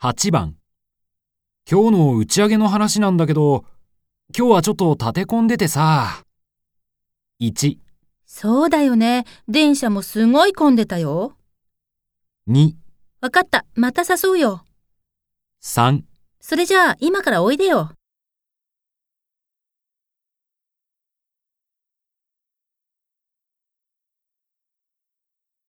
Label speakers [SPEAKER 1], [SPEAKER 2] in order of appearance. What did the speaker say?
[SPEAKER 1] 8番今日の打ち上げの話なんだけど、今日はちょっと立て込んでてさ。1、
[SPEAKER 2] そうだよね。電車もすごい混んでたよ。
[SPEAKER 1] 2、
[SPEAKER 2] わかった。また誘うよ。
[SPEAKER 1] 3
[SPEAKER 2] それじゃあ、今からおいでよ。